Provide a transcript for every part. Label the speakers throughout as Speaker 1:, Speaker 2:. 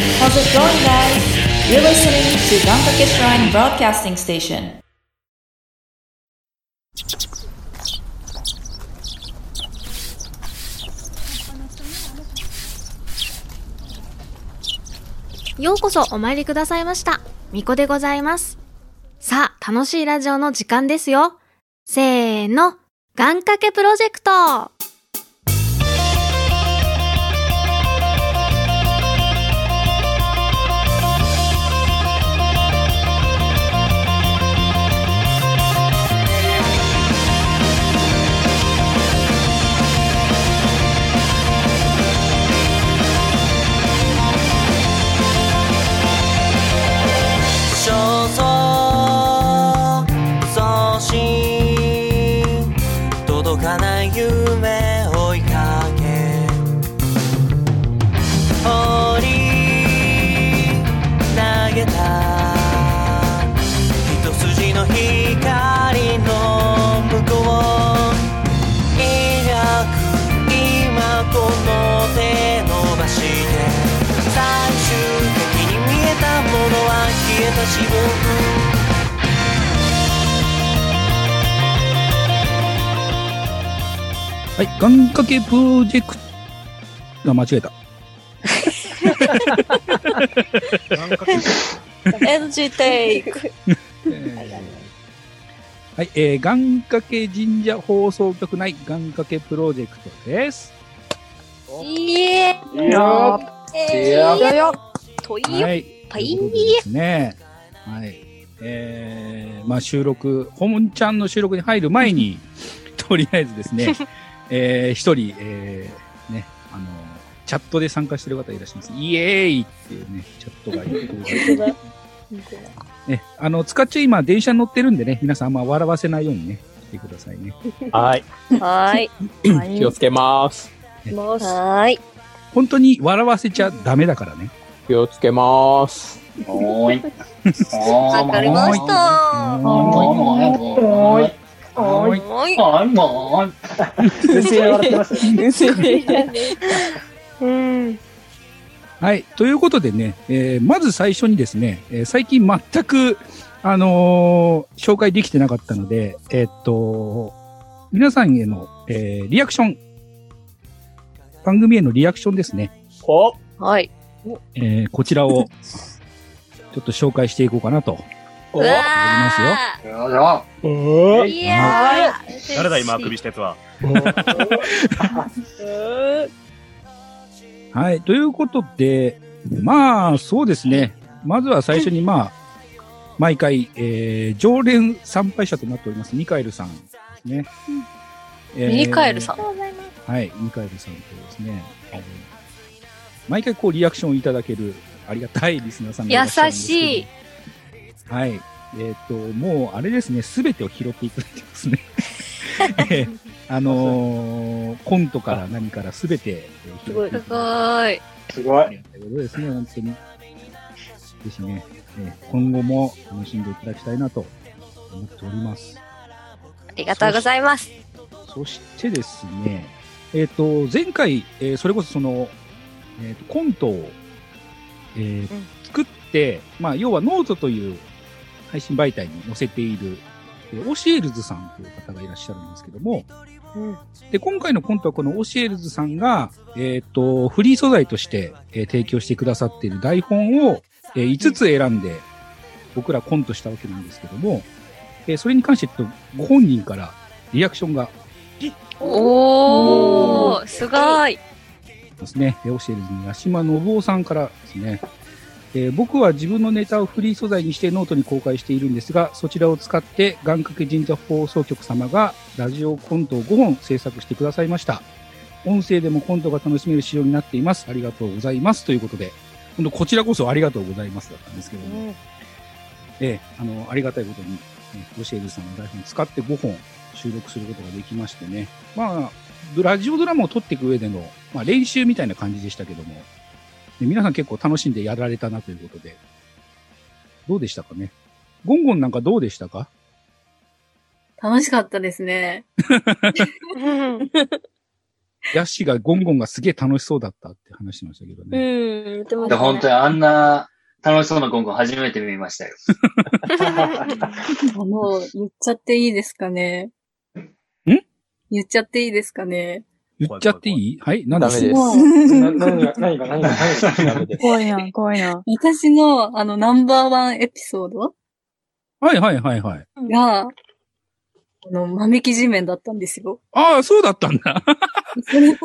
Speaker 1: going, guys? You're listening to Gankake Shrine Broadcasting Station.
Speaker 2: ようこそお参りくださいました。みこでございます。さあ、楽しいラジオの時間ですよ。せーの、願掛けプロジェクト
Speaker 3: 焦燥送信届かない夢追いかけ放り投げた一筋の光の向こういなく今この手伸ばして最終的に見えたものは消えた自分
Speaker 4: はい、願掛けプロジェクト、あ、間違えた。
Speaker 1: NG take.
Speaker 4: はい、えー、願掛け神社放送局内願掛けプロジェクトです。
Speaker 2: いえ
Speaker 5: いや
Speaker 2: とい
Speaker 4: はい、ということでですね。はい、えー、まあ収録、本ちゃんの収録に入る前 に、とりあえずです ね、えー、一人、えー、ね、あの、チャットで参加してる方いらっしゃいます。イエーイっていうね、チャットがいる。ね、あの、使っちゃ今電車に乗ってるんでね、皆さんあんま笑わせないようにね、してくださいね。
Speaker 5: はい。
Speaker 6: はい。
Speaker 5: 気をつけます。
Speaker 6: はい。
Speaker 4: 本当に笑わせちゃダメだからね。
Speaker 5: 気をつけます。
Speaker 7: おーい。おー
Speaker 6: わ
Speaker 7: い。
Speaker 6: かりまし
Speaker 4: う
Speaker 6: た。
Speaker 4: ん
Speaker 7: おーい。おーい。おーい。
Speaker 6: はい。
Speaker 7: おーい。おーい。全然笑ってますね。
Speaker 6: うん。
Speaker 4: はい。ということでね、えーまず最初にですね、えー最近全く、あのー紹介できてなかったので、えーっと、皆さんへの、えーリアクション。番組へのリアクションですね。
Speaker 5: お
Speaker 6: はい。
Speaker 4: えーこちらを、ちょっと紹介していこうかなと。
Speaker 6: うわ
Speaker 7: よいしょ
Speaker 5: お
Speaker 6: ーいやー。
Speaker 8: 誰だ今あくびしたやつは。
Speaker 4: はい。ということで、まあ、そうですね。まずは最初に、まあ、毎回、えー常連参拝者となっております、ミカエルさんですね。えー
Speaker 6: ミカエルさん。
Speaker 4: はい、ミカエルさんとですね、あの毎回こうリアクションをいただける、ありがたいリスナーさんがいらっしゃるんですけど
Speaker 6: 優しい。
Speaker 4: はい。えっ、と、もう、あれですね、すべてを拾っていただいてま すね。えーあのーコントから何からすべて拾っていただい
Speaker 6: す
Speaker 4: て
Speaker 6: ごーい。
Speaker 7: すご
Speaker 4: あ
Speaker 7: い。
Speaker 4: りがたいことですね、本当に。ぜひね、えー今後も楽しんでいただきたいなと思っております。
Speaker 6: ありがとうございます。
Speaker 4: そしてですね、えっ、と、前回、えーそれこそその、えーとコントを、えー作って、まあ、要はノートという配信媒体に載せている、えーオシエルズさんという方がいらっしゃるんですけども、で、今回のコントはこのオシエルズさんが、えっ、と、フリー素材として、えー提供してくださっている台本を、えー5つ選んで、僕らコントしたわけなんですけども、えーそれに関してちょっとご本人からリアクションが
Speaker 6: おー、すごい。
Speaker 4: ですね。えー教えるに八島信夫さんからですね。えー僕は自分のネタをフリー素材にしてノートに公開しているんですが、そちらを使って願掛け神社放送局様がラジオコントを5本制作してくださいました。音声でもコントが楽しめる仕様になっています。ありがとうございます。ということで、今度こちらこそありがとうございますだったんですけども、えーあの、ありがたいことに、えー教えるさんの台本を使って5本収録することができましてね。まあ、ラジオドラマを撮っていく上での、まあ、練習みたいな感じでしたけども、で皆さん結構楽しんでやられたなということで、どうでしたかねゴンゴンなんかどうでしたか
Speaker 9: 楽しかったですね。
Speaker 4: ヤッシーがゴンゴンがすげえ楽しそうだったって話してましたけど
Speaker 8: う
Speaker 4: ね。
Speaker 8: ん、でも
Speaker 7: で、本当にあんな楽しそうなゴンゴン初めて見 ましたよ。
Speaker 8: もう、言っちゃっていいですかね。
Speaker 4: ん
Speaker 8: 言っちゃっていいですかね。
Speaker 4: 言っちゃっていいはいなん
Speaker 5: ダメです。
Speaker 9: な何が、何が、何が、何が
Speaker 5: ダ。メです。
Speaker 10: 怖いな、怖いな。
Speaker 8: 私の、あの、ナンバーワンエピソード
Speaker 4: はいはいはいはい。
Speaker 8: が、あの、豆き地面だったんですよ。
Speaker 4: ああ、そうだったんだ。
Speaker 8: それで、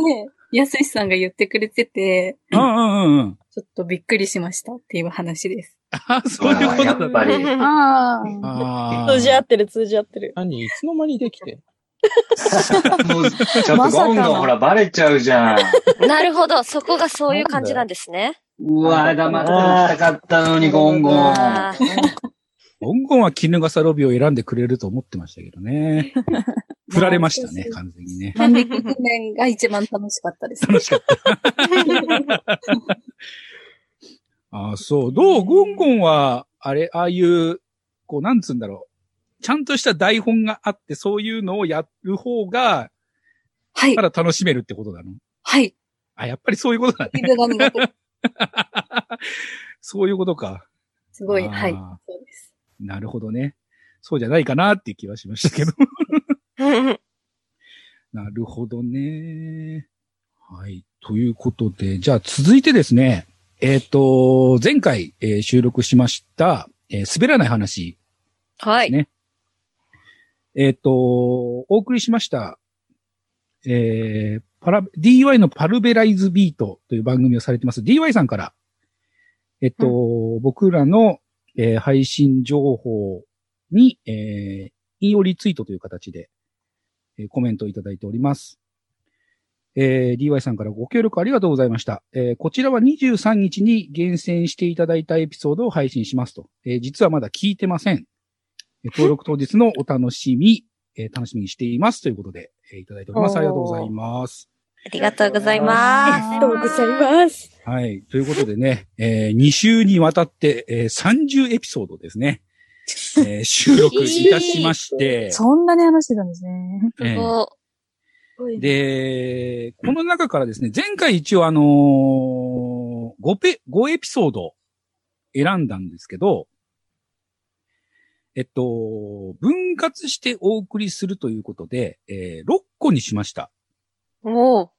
Speaker 8: やすしさんが言ってくれてて、
Speaker 4: うんうんうんうん。
Speaker 8: ちょっとびっくりしましたっていう話です。
Speaker 4: ああ、そういうことだ
Speaker 7: や
Speaker 4: っ。
Speaker 7: ったぱり。
Speaker 10: あ
Speaker 4: あ
Speaker 10: あ。
Speaker 4: あ
Speaker 10: 通じ合ってる、通じ合ってる。
Speaker 5: 何いつの間にできてん
Speaker 7: もうちょっとゴンゴンほらバレちゃうじゃん。
Speaker 6: なるほど。そこがそう いう感じなんですね。
Speaker 7: うわ、黙っておきたかったのにゴンゴン。
Speaker 6: あー
Speaker 4: ゴンゴンは絹笠ロビを選んでくれると思ってましたけど ね。振られましたね、完全にね。
Speaker 8: 豆き地面が一番楽しかったです。
Speaker 4: 楽しかった。 ああ、そう。どうゴンゴンは、あれ、ああいう、こう、なんつうんだろう。ちゃんとした台本があって、そういうのをやる方が、
Speaker 8: はい
Speaker 4: ま。だ楽しめるってことなの
Speaker 8: はい。
Speaker 4: あ、やっぱりそういうことだね。
Speaker 8: リードが苦手。
Speaker 4: そういうことか。
Speaker 8: すごい。
Speaker 4: あー
Speaker 8: はい。そうです。
Speaker 4: なるほどね。そうじゃないかなっていう気はしましたけど。 なるほどね。はい。ということで、じゃあ続いてですね、えっ、と、前回、えー収録しました、えー滑らない話、
Speaker 6: はい。
Speaker 4: えっ、と、お送りしました、えーパラ、DY のパルベライズビートという番組をされてます DY さんから、えっ、と、僕らの、えー配信情報に、えー引用リツイートという形で、えーコメントをいただいております。えー DY さんからご協力ありがとうございました。えーこちらは23日に厳選していただいたエピソードを配信しますと。えー実はまだ聞いてません。えー登録当日のお楽しみ、えー楽しみにしていますということで、えーいただいております。
Speaker 10: おー
Speaker 4: ありがとうございます。
Speaker 6: ありがとうございます。
Speaker 10: ありがとうございます。
Speaker 4: はい。ということでね、えー2週にわたって、えー30エピソードですね、え ー収録いたしまして、
Speaker 10: そんなに話してたんですね。
Speaker 4: えー
Speaker 6: お
Speaker 4: で、この中からですね、前回一応あのー、5ペ、5エピソード選んだんですけど、えっと、分割してお送りするということで、え6個にしました。
Speaker 6: お
Speaker 10: う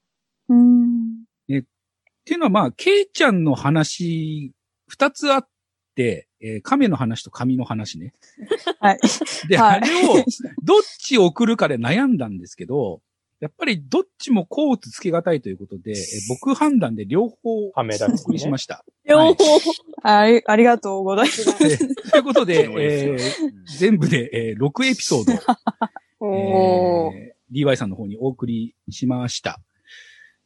Speaker 10: ーん。
Speaker 4: っていうのはまあ、ケイちゃんの話、2つあって、えー亀の話と紙の話ね。
Speaker 10: はい。
Speaker 4: で、
Speaker 10: は
Speaker 4: あ
Speaker 10: い
Speaker 4: れを、どっち送るかで悩んだんですけど、やっぱりどっちもこうつつけがたいということ で、え僕判断で両方お
Speaker 5: はめだけね
Speaker 4: 送りしました。
Speaker 10: 両方、あり、ありがとうございます。
Speaker 4: えということで、
Speaker 7: 昨日
Speaker 4: え
Speaker 7: です
Speaker 4: ー全部で、えー6エピソード、
Speaker 6: おー。
Speaker 4: えー DY さんの方にお送りしました。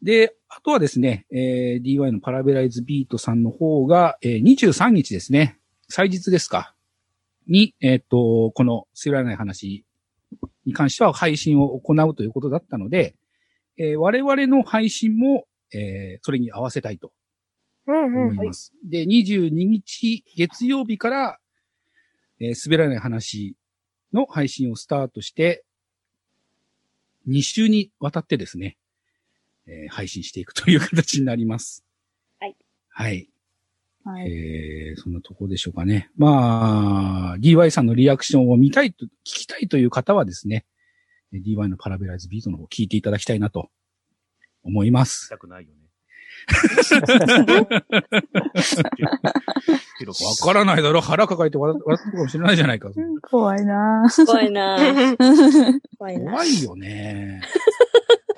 Speaker 4: で、あとはですね、えー DY のパラベライズビートさんの方が、えー23日ですね、祭日ですか、に、えーっと、このすらない話に関しては配信を行うということだったので、えー我々の配信も、えーそれに合わせたいと
Speaker 6: うん
Speaker 4: 思います。で、22日月曜日から、えー滑らない話の配信をスタートして、2週にわたってですね、えー配信していくという形になります。
Speaker 6: はい。
Speaker 4: はい。
Speaker 10: はい。
Speaker 4: えーそんなとこでしょうかね。まあ、DY さんのリアクションを見たいと、聞きたいという方はですね、えー DY のパラベライズビートの方を聞いていただきたいなと思います。
Speaker 9: たくないよね。
Speaker 4: わからないだろ腹抱えて笑笑ってるかもしれないじゃないか。
Speaker 10: 怖いな
Speaker 8: 怖いな
Speaker 10: 怖いな
Speaker 4: 怖いよ ね。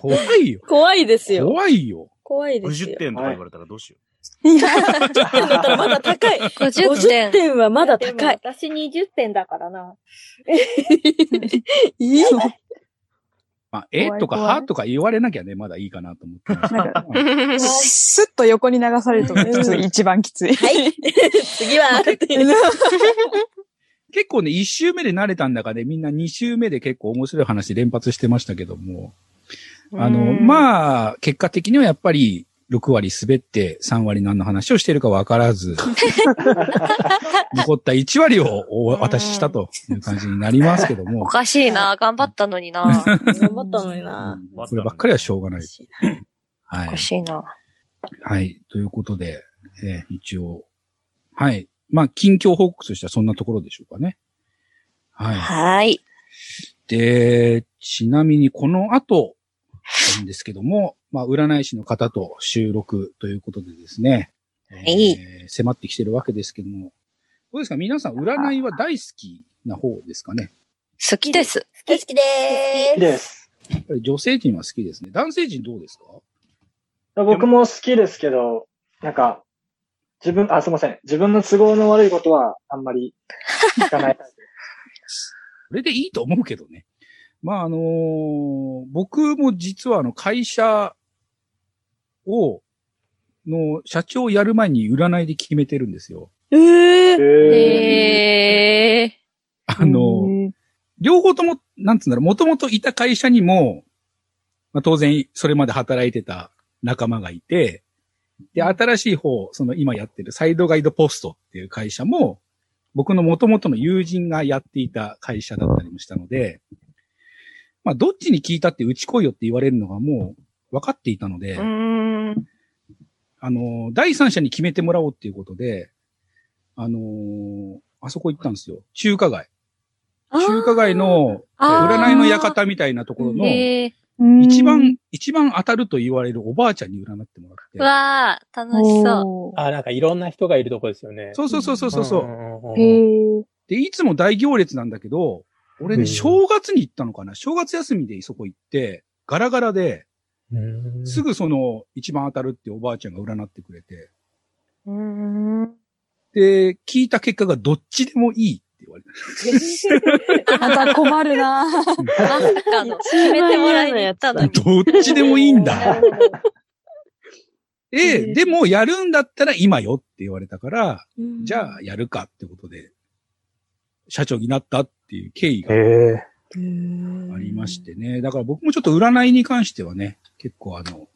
Speaker 4: 怖いよ。
Speaker 10: 怖いですよ。
Speaker 4: 怖いよ。
Speaker 10: 怖いですよ。
Speaker 9: 50点とか言われたらどうしよ
Speaker 10: いや、50点だったらまだ高 い。
Speaker 6: 50
Speaker 10: 50
Speaker 6: 点。
Speaker 10: 点はまだ
Speaker 11: でも
Speaker 10: 高い。
Speaker 11: 私20点だからな。
Speaker 10: いいの
Speaker 4: まあ、え
Speaker 10: 怖い
Speaker 4: とか
Speaker 10: 怖い
Speaker 4: はとか言われなきゃね、まだいいかなと思ってますけど。
Speaker 10: なんか
Speaker 4: うん
Speaker 10: スッと横に流されると思うちょっと一番きつい。はい。次は、
Speaker 4: 結構ね、1周目で慣れたんだかね、みんな2周目で結構面白い話連発してましたけども。あの、
Speaker 6: あ。
Speaker 4: まあ、結果的にはやっぱり、 6割滑って3割何の話をしているかわから ず、残った1割をお渡ししたという感じになりますけど
Speaker 6: お
Speaker 4: も、
Speaker 6: かしいな。頑張ったのにな。頑張ったのにな。
Speaker 4: こればっかりはしょうがない。は
Speaker 6: お
Speaker 4: い
Speaker 6: か。しいな。
Speaker 4: はい。ということで、えー一応、はい。まあ、近況報告としてはそんなところでしょうかね。はい。
Speaker 6: はい。
Speaker 4: で、ちなみにこの後、なんですけども、まあ、占い師の方と収録ということでですね、
Speaker 6: はい。
Speaker 4: えー迫ってきてるわけですけども、どうですか皆さん、占いは大好きな方ですかね
Speaker 6: 好きです。
Speaker 11: 好きでーす。
Speaker 12: です。
Speaker 4: やっぱり女性陣は好きですね。男性陣どうですか
Speaker 12: 僕も好きですけど、なんか、自分、あ、すいません。自分の都合の悪いことはあんまり聞かないタイプ。
Speaker 4: それでいいと思うけどね。まあ、あのー僕も実はあの会社を、の社長をやる前に占いで決めてるんですよ。
Speaker 6: えええ
Speaker 4: あの、両方とも、なんつうんだろう、もともといた会社にも、まあ、当然、それまで働いてた仲間がいて、で、新しい方、その今やってるサイドガイドポストっていう会社も、僕の元々の友人がやっていた会社だったりもしたので、まあ、どっちに聞いたってうち来いよって言われるのがもう分かっていたので、あの、第三者に決めてもらおうっていうことで、あのーあそこ行ったんですよ。中華街。中華街の
Speaker 13: あー
Speaker 4: 占いの館みたいなところの、
Speaker 6: え
Speaker 4: 一番、一番当たると言われるおばあちゃんに占ってもらって。
Speaker 6: わー、楽しそう。
Speaker 5: あ、なんかいろんな人がいるとこですよね。
Speaker 4: そうそうそうそうそうそ
Speaker 5: ん
Speaker 4: う。で、いつも大行列なんだけど、俺ね、正月に行ったのかな正月休みでそこ行って、ガラガラで、すぐその、一番当たるっておばあちゃんが占ってくれて、で、聞いた結果がどっちでもいいって言われた。
Speaker 10: また困るなまさ
Speaker 6: かの。決めてもらいに行ったのに。
Speaker 4: どっちでもいいん だ。え、でもやるんだったら今よって言われたから、
Speaker 6: うん
Speaker 4: じゃあやるかってことで、社長になったっていう経緯がありましてね。だから僕もちょっと占いに関してはね、結構あの、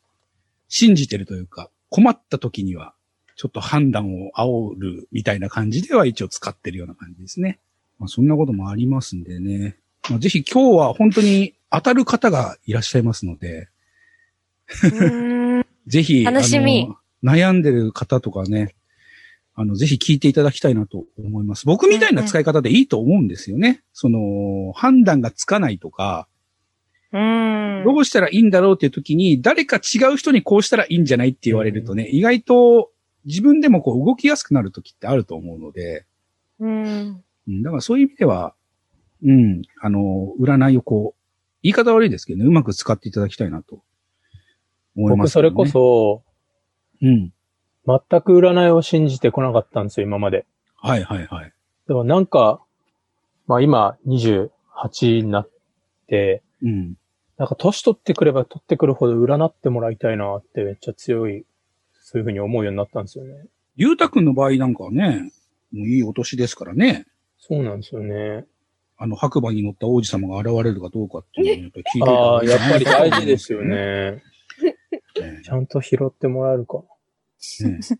Speaker 4: 信じてるというか、困った時には、ちょっと判断を煽るみたいな感じでは一応使ってるような感じですね。まあ、そんなこともありますんでね。まあ、ぜひ今日は本当に当たる方がいらっしゃいますので、 ぜひ、
Speaker 6: 楽しみ
Speaker 4: あの悩んでる方とかね、あの、ぜひ聞いていただきたいなと思います。僕みたいな使い方でいいと思うんですよね。その、判断がつかないとか、どうしたらいいんだろうっていう時に、誰か違う人にこうしたらいいんじゃないって言われるとね、意外と自分でもこう動きやすくなる時ってあると思うので、
Speaker 6: うん。
Speaker 4: うんだからそういう意味では、うん、あの、占いをこう、言い方悪いですけどね、うまく使っていただきたいなと思い
Speaker 5: 僕
Speaker 4: ます、
Speaker 5: それこ。そ、
Speaker 4: うん。
Speaker 5: 全く占いを信じてこなかったんですよ、今まで。
Speaker 4: はいはいはい。
Speaker 5: でもなんか、まあ今28になって、
Speaker 4: うん。
Speaker 5: なんか年取ってくれば取ってくるほど占ってもらいたいなってめっちゃ強い、そういうふうに思うようになったんですよね。
Speaker 4: ゆうたくんの場合なんかはね、もういいお年ですからね。
Speaker 5: そうなんですよね。
Speaker 4: あの、白馬に乗った王子様が現れるかどうかっていうのをやっぱり聞いてた
Speaker 5: あ
Speaker 4: 方が
Speaker 5: あ、
Speaker 4: いいんじ
Speaker 5: や
Speaker 4: ゃ
Speaker 5: っ
Speaker 4: な
Speaker 5: ぱ
Speaker 4: い
Speaker 5: り
Speaker 4: かな
Speaker 5: 大事ですよ ね。
Speaker 4: ち
Speaker 5: ゃんと拾ってもらえるか。
Speaker 4: ね
Speaker 5: ち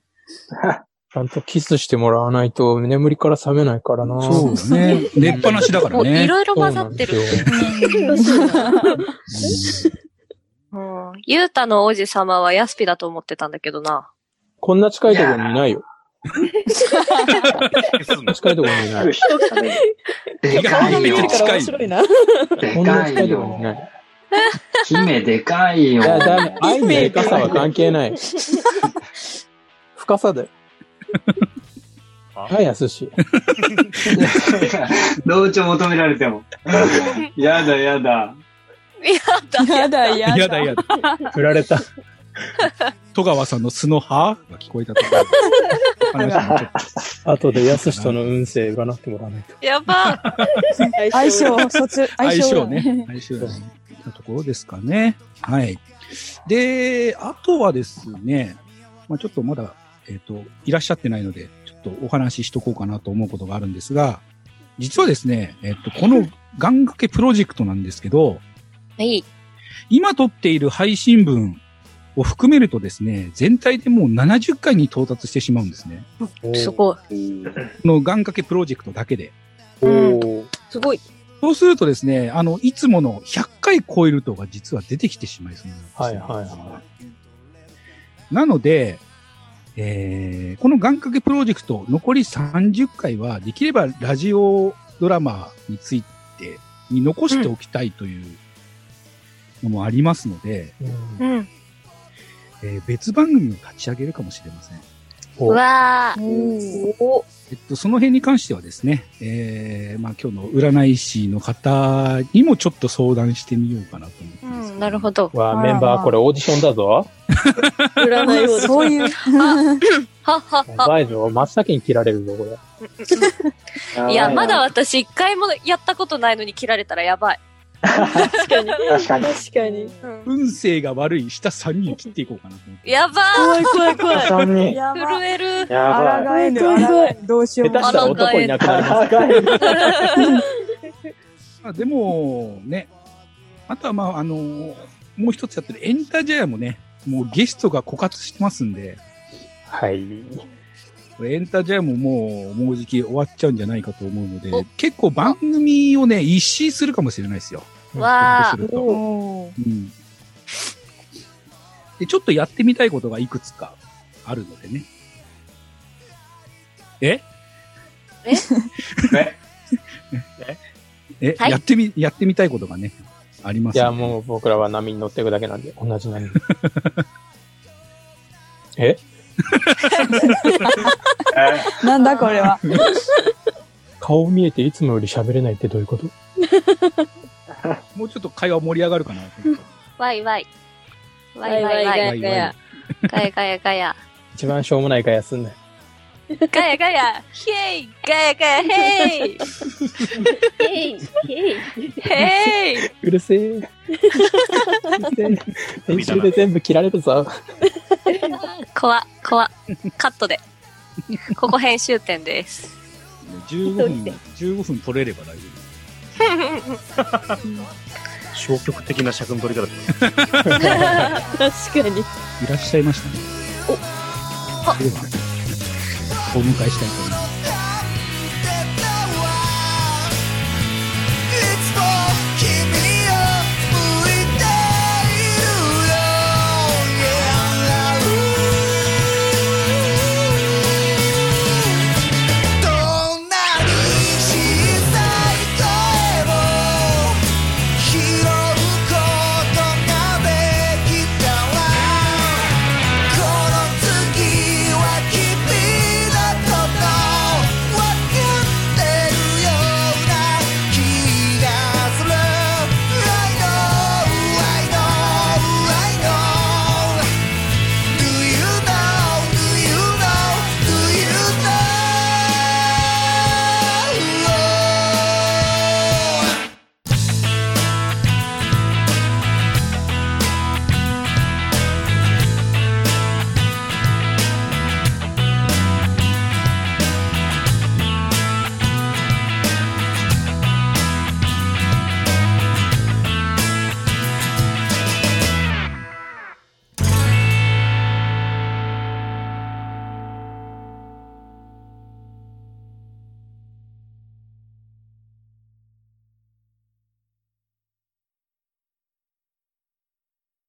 Speaker 5: ゃんとキスしてもらわないと眠りから覚めないからな。
Speaker 4: そうだね寝っぱなしだからねもういろいろ混ざってる
Speaker 5: そうなんですよ
Speaker 6: うんゆうたの王子様はヤスピだと思ってたんだけどな。
Speaker 5: こんな近いところにいないよ。近いところにいない。
Speaker 7: でかいよ。
Speaker 11: いな。
Speaker 5: こんな近いところにいない。
Speaker 7: 姫でかい
Speaker 5: い
Speaker 7: よ。
Speaker 5: や、だめ。愛のでかさは関係ない。深さだよ。はい、安し。
Speaker 7: 同調求められても。 やだやだ。
Speaker 11: やだ、やだ、や
Speaker 4: やだやだ。
Speaker 5: 振られた。
Speaker 4: 戸川さんの素の葉が聞こえたところ。
Speaker 5: あとで安しとの運勢占ってもらわないと。
Speaker 6: やば
Speaker 10: 相性、そっち、相性。
Speaker 4: ね。相性ね。なところですかね。はい。で、あとはですね、まあ、ちょっとまだ、えっ、と、いらっしゃってないので、ちょっとお話ししとこうかなと思うことがあるんですが、実はですね、えっ、と、この願掛けプロジェクトなんですけど、
Speaker 6: はい。
Speaker 4: 今撮っている配信分を含めるとですね、全体でもう70回に到達してしまうんですね。
Speaker 6: すご
Speaker 4: い。この願掛けプロジェクトだけで。
Speaker 6: すごい。
Speaker 4: そうするとですね、あの、いつもの100回超えるとが実は出てきてしまいそうなんです、はいはいはい。なので、えー、この願掛けプロジェクト、残り30回は、できればラジオドラマについて、に残しておきたいというのもありますので、
Speaker 6: うん。
Speaker 4: えー別番組を立ち上げるかもしれません。
Speaker 6: うわー。お
Speaker 4: えっと、その辺に関してはですね、えー、まあ今日の占い師の方にもちょっと相談してみようかなと思って。
Speaker 6: うん、なるほど。
Speaker 5: わあ、メンバー、これオーディションだぞ。
Speaker 6: 占いを。そういう。は、は、は、
Speaker 5: やばいぞ。真っ先に切られるぞ、これ。
Speaker 6: いや、まだ。私一回もやったことないのに切られたらやばい。確かに。
Speaker 4: 確かに
Speaker 6: 確かに。
Speaker 4: 運勢が悪い下3人を切っていこうかなと思って。
Speaker 6: やばー
Speaker 4: 怖い怖い怖い
Speaker 6: 震
Speaker 4: や
Speaker 6: える。
Speaker 10: 抗えぬ、抗えぬ、どうしよう
Speaker 4: 下
Speaker 10: も
Speaker 4: 手したら男いなくなります
Speaker 10: 抗えぬ
Speaker 4: まあでも、ね、あとはまあ、あのーもう一つやってるエンタジャヤもね、もうゲストが枯渇してますんで。はい。エンタジャヤももう、もうじき終わっちゃうんじゃないかと思うので、結構番組をね、一新するかもしれないですよ。
Speaker 6: わ
Speaker 4: ひょっとすると
Speaker 6: ー。
Speaker 4: うんで、ちょっとやってみたいことがいくつかあるのでね。え
Speaker 6: え
Speaker 4: え、
Speaker 5: はい
Speaker 4: やってみ、やってみたいことがね、ありま
Speaker 5: い
Speaker 4: す
Speaker 5: や、もう僕らは波に乗っていくだけなんで、同じ波に。え
Speaker 10: なんだこれは。
Speaker 5: 顔見えていつもより喋れないってどういうこと
Speaker 4: もうちょっと会話盛り上がるかな。
Speaker 6: わいわい。わいわいわい。ガヤガヤガヤガヤ。
Speaker 5: 一番しょうもないから休んで。
Speaker 6: ガヤガヤ、ヘイガヤガヤ、ヘイヘイヘイヘイ
Speaker 5: うるせえ。うるせえ。編集で全部切られるぞ。
Speaker 6: 怖怖カットで。ここ編集点です。
Speaker 4: 15分、15分取れれば大丈夫。
Speaker 9: 消極的な尺の取り方で
Speaker 11: 確かに。
Speaker 4: いらっしゃいましたね。では、お迎えしたいと思います。